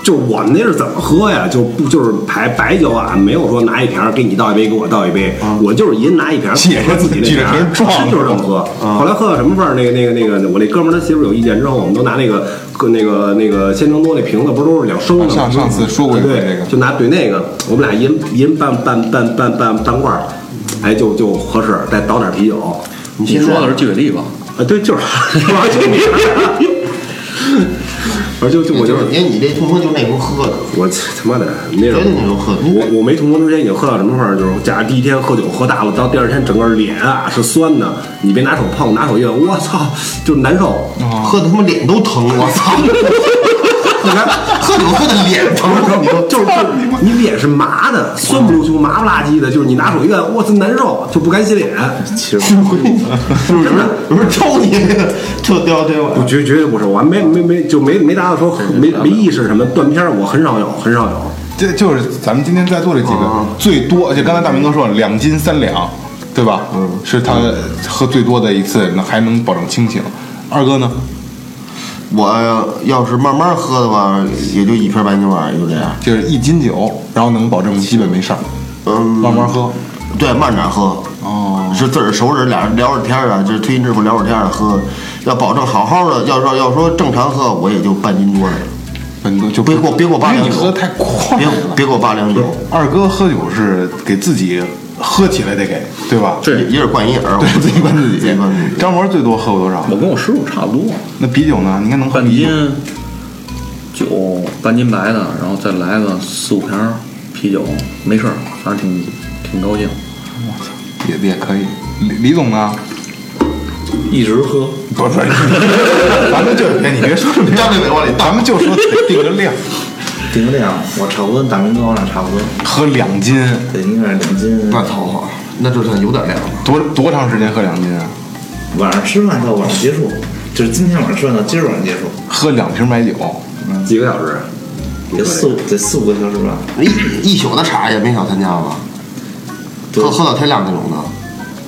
Speaker 3: 就我们那是怎么喝呀？就不就是白白酒啊，没有说拿一瓶儿给你倒一杯，给我倒一杯，我就是一人拿一瓶儿，
Speaker 1: 借着
Speaker 3: 我喝自己
Speaker 1: 啊
Speaker 3: 那
Speaker 1: 借着
Speaker 3: 瓶儿，
Speaker 1: 别人撞啊
Speaker 3: 真就是这么喝。后来喝到什么份儿？那个那个那个，我那哥们儿他媳妇儿有意见之后，我们都拿那个跟那个那个鲜橙多那瓶子，不是都是两升的吗？
Speaker 1: 啊上上次说过一回
Speaker 3: 对
Speaker 1: 这个
Speaker 3: 就拿对那个，我们俩一人一人半半半半半半罐儿，哎，就就合适，再倒点啤酒。
Speaker 1: 啊
Speaker 5: 你说的是纪伟力吧？
Speaker 3: 啊，对，就是， 我就你， 而就就我就是。
Speaker 2: 因为你这痛风就是那时候喝的，
Speaker 3: 我他妈的那
Speaker 2: 绝
Speaker 3: 种
Speaker 2: 对那种喝
Speaker 3: 我我没痛风之前已经喝到什么份儿，就是假如第一天喝酒喝大了，到第二天整个脸啊是酸的，你别拿手碰，拿手硬，我操，就是难受。
Speaker 2: 喝的他妈脸都疼，啊我操！喝酒喝的脸 疼，我说你说
Speaker 3: 就是就是你脸是麻的，酸不溜秋，麻不拉几的，就是你拿手一摁，我操难受，就不敢洗脸。
Speaker 4: 其实
Speaker 2: 是不是？是不是？有人抽你那个，就叼啊对
Speaker 3: 我
Speaker 2: 我。
Speaker 3: 绝绝对不是，我还没没没就没没达到说没没意识什么断片儿，我很少有很少有。
Speaker 1: 这就是咱们今天在座这几
Speaker 2: 嗯
Speaker 1: 个最多，而且刚才大明哥说了两斤三两，对吧？嗯，是他喝最多的一次，那还能保证清醒。二哥呢？
Speaker 2: 我要是慢慢喝的话，也就一瓶白酒碗，也就这样。
Speaker 1: 就是一斤酒，然后能保证基本没事儿，
Speaker 2: 嗯，
Speaker 1: 慢慢喝。
Speaker 2: 对，慢点喝。
Speaker 1: 哦，
Speaker 2: 是自个儿熟人俩人聊会儿天儿啊，就是推心置腹聊会儿天儿啊喝，要保证好好的，要说要说正常喝，我也就半斤多了，
Speaker 1: 本哥就
Speaker 2: 嗯别给我别给我八
Speaker 1: 因
Speaker 2: 两
Speaker 1: 为
Speaker 2: 酒，
Speaker 1: 你喝太快
Speaker 2: 别
Speaker 1: 了。
Speaker 2: 别给我八两酒，
Speaker 1: 二哥喝酒是给自己喝起来得给，对吧？
Speaker 5: 对
Speaker 2: 一人灌一耳，
Speaker 1: 对，自己灌自己。
Speaker 2: 自己灌自己。
Speaker 1: 张博最多喝过多少？
Speaker 5: 我跟我师傅差不多，
Speaker 1: 那啤酒呢？你应该能喝
Speaker 5: 半斤酒，半斤白的，然后再来个四五瓶儿啤酒，没事儿，反正挺挺高兴。
Speaker 1: 也也可以。李李总呢？
Speaker 4: 一直喝，
Speaker 1: 不是，咱们就哎你别说这么张嘴往里，咱们就说得定个量，
Speaker 4: 定个量，我差不多，大明哥我俩差不多，
Speaker 1: 喝两斤，
Speaker 4: 对，你俩两斤。
Speaker 2: 那凑合，那就算有点量了。
Speaker 1: 多多长时间喝两斤啊？
Speaker 4: 晚上吃饭到晚上结束，就是今天晚上吃饭到今儿晚上结束，
Speaker 1: 喝两瓶白酒，
Speaker 3: 几个小时？
Speaker 4: 也四五得四五个小时吧。
Speaker 2: 一一宿的茶也没少参加吧？
Speaker 4: 对
Speaker 2: 喝喝到天亮那种的，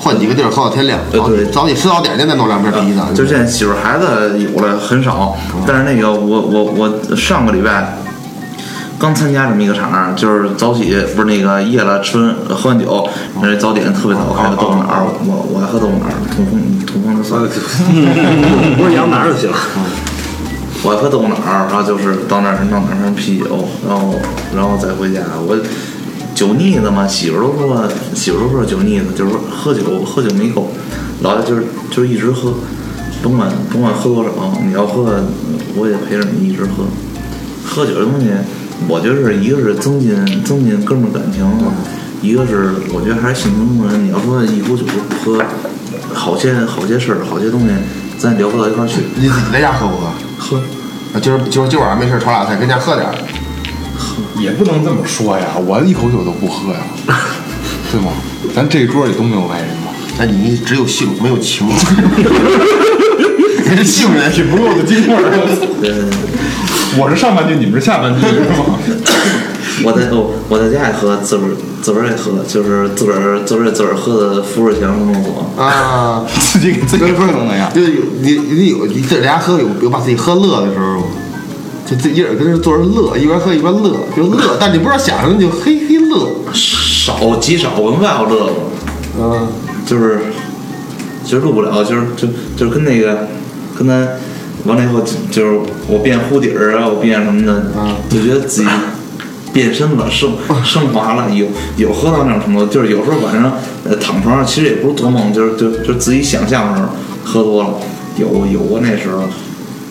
Speaker 2: 换几个地儿喝到天亮，
Speaker 4: 呃
Speaker 2: 早
Speaker 4: 对啊
Speaker 2: 早起吃早点去，再弄两瓶啤的。
Speaker 4: 就现在媳妇孩子有了很少，但是那个我我我上个礼拜刚参加这么一个场，就是早起不是那个夜了吃完喝完酒，那早点特别早开的豆腐脑儿，我我还喝豆腐脑儿，痛风痛风的算
Speaker 3: 呃
Speaker 4: 了，，
Speaker 3: 不是羊腩就行。
Speaker 4: 我还喝豆腐脑儿，然后就是到那儿弄点瓶啤酒，然后然后再回家我。酒腻子嘛，媳妇儿都说，媳妇儿都说酒腻子，就是说喝酒喝酒没够，老子就是就是一直喝，甭管甭管喝多少，你要喝，我也陪着你一直喝。喝酒这东西，我觉得是一个是增进增进哥们儿感情，一个是我觉得还是性情中人。你要说一壶酒不喝，好些好些事儿，好些东西，咱也聊不到一块儿去。
Speaker 2: 你你在家喝不喝？
Speaker 4: 喝。
Speaker 2: 啊，今儿今儿今晚上没事儿炒俩菜，跟家喝点儿。
Speaker 1: 也不能这么说呀，我一口酒都不喝呀，对吗？咱这一桌里都没有外人吧？
Speaker 2: 那你只有性没有情，你是性人，
Speaker 1: 挺不够的经味儿，
Speaker 4: 对，
Speaker 1: 我是上半句，你们是下半句，是吗？
Speaker 4: 我在我我在家也喝，自个儿自个儿也喝，就是自个儿自个儿自个儿喝的富士强生活。
Speaker 2: 啊。
Speaker 1: 自己给自己弄弄呀。
Speaker 2: 就有你你有你在家喝有有把自己喝乐的时候吗？就自己一人跟那坐着乐，一边喝一边乐，就乐，但你不知道想什么，你就嘿嘿乐。
Speaker 4: 少极少，我们外头乐过，
Speaker 2: 嗯，
Speaker 4: 就是就是录不了，就是就就是跟那个跟咱完了以后就，就是我变呼底儿啊，我变什么的，
Speaker 2: 啊
Speaker 4: 就觉得自己变身了， 升升华了，有有喝到那种程度，就是有时候晚上呃躺床上，其实也不是做梦，就是就就自己想象的时候喝多了，有有过那时候。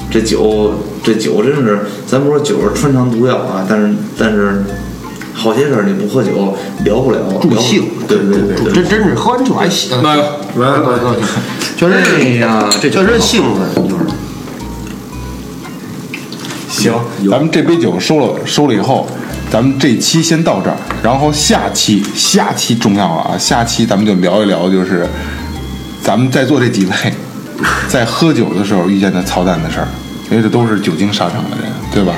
Speaker 4: 这酒，这酒真是，咱不说酒是穿肠毒药啊，但是但是好些事儿你不喝酒聊不了，
Speaker 2: 助
Speaker 4: 聊
Speaker 2: 兴，
Speaker 4: 对对对对
Speaker 2: 这真是喝完酒还兴，
Speaker 5: 那
Speaker 2: 来来来，确实
Speaker 4: 哎呀这
Speaker 2: 确实兴奋，就是
Speaker 1: 行，咱们这杯酒收了收了以后，咱们这期先到这儿，然后下期下期重要了啊，下期咱们就聊一聊，就是 咱们在座这几位 在喝酒的时候遇见的操蛋的事儿，因为这都是酒精沙场的人，对吧？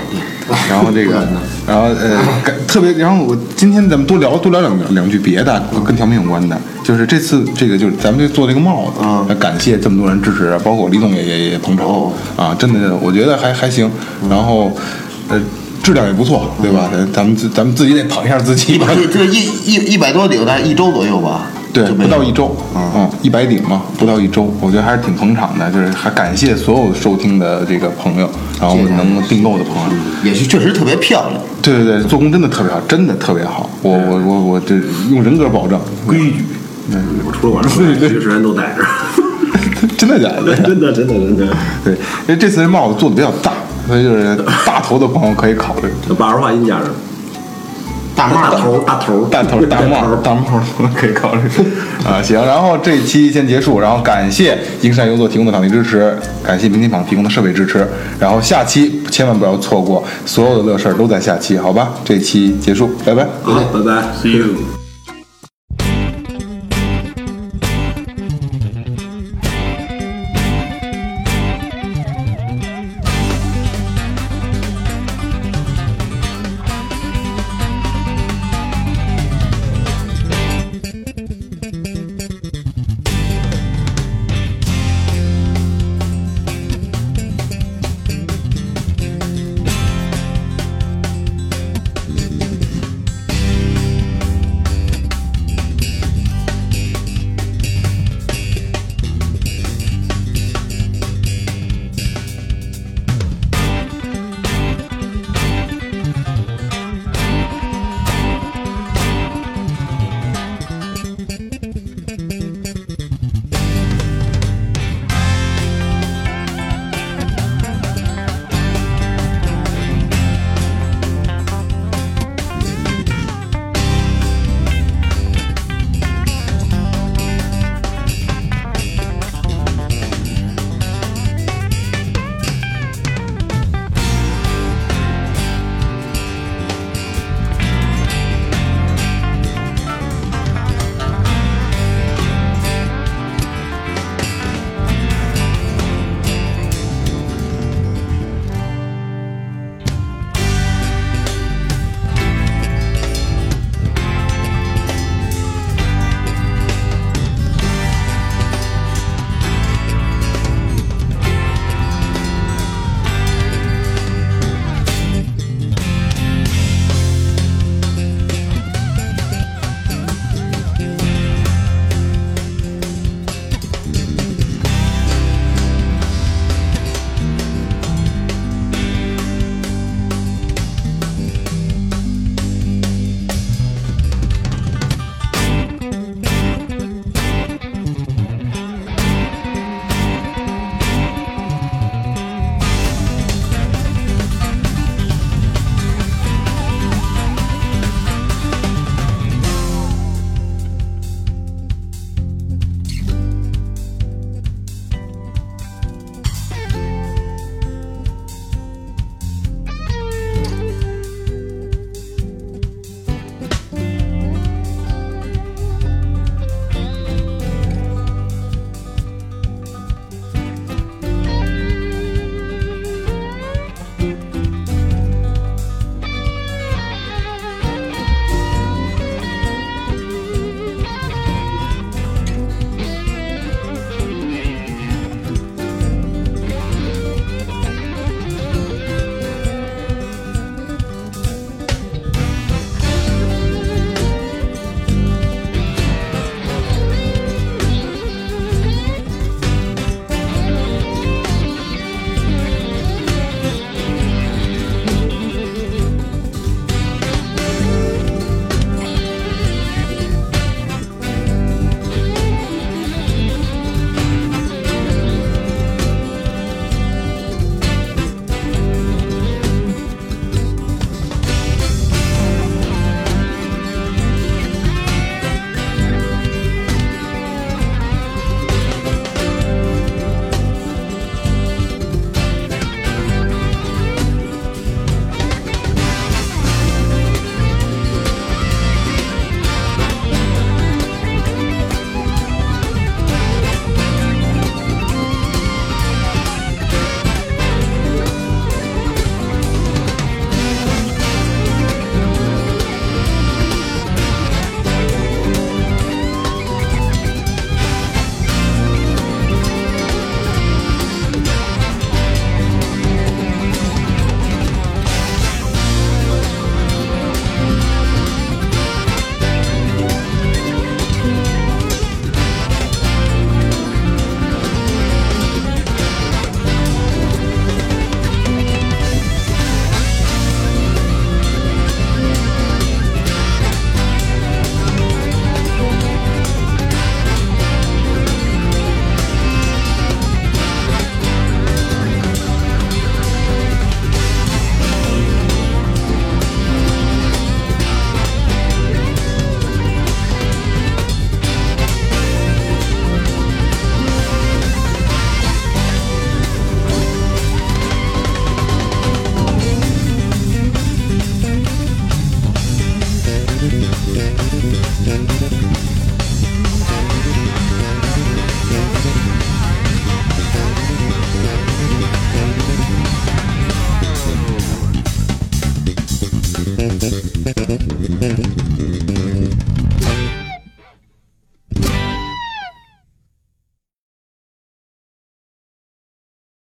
Speaker 1: 然后这个，然后呃，感特别，然后我今天咱们多聊多聊两两句别的，跟调频有关的，就是这次这个就是咱们就做这个帽子，
Speaker 2: 嗯
Speaker 1: 那感谢这么多人支持，包括李总也也也捧场、
Speaker 2: 哦
Speaker 1: 啊，真的我觉得还还行，然后呃质量也不错，对吧？
Speaker 2: 嗯
Speaker 1: 咱咱们自咱们自己得捧一下自己 吧，
Speaker 2: 这这一一一百多顶，大概一周左右吧，
Speaker 1: 对，
Speaker 2: 就没
Speaker 1: 不到
Speaker 2: 有
Speaker 1: 一周，嗯，一百顶嘛，不到一周，我觉得还是挺捧场的，就是还感谢所有收听的这个朋友，然后
Speaker 2: 谢谢大家
Speaker 1: 能够订购的朋友。
Speaker 2: 也是确实特别漂亮，
Speaker 1: 对对对，做工真的特别好，真的特别好。我我我我这用人格保证，
Speaker 3: 规矩。嗯我除了晚上回来，其余时间都待着。
Speaker 1: 真的假的？
Speaker 3: 真的，真的，真的。
Speaker 1: 对，因为这次这帽子做的比较大，所以就是大头的朋友可以考虑，
Speaker 3: 把儿化音加上，
Speaker 2: 大帽
Speaker 3: 大
Speaker 2: 儿
Speaker 3: 头，大头，
Speaker 1: 大头大帽大帽可以考虑啊。行，然后这一期先结束，然后感谢英山游作提供的场地支持，感谢明天坊提供的设备支持，然后下期千万不要错过，所有的乐事儿都在下期，好吧？这期结束，拜拜。
Speaker 3: 好，拜拜，see you。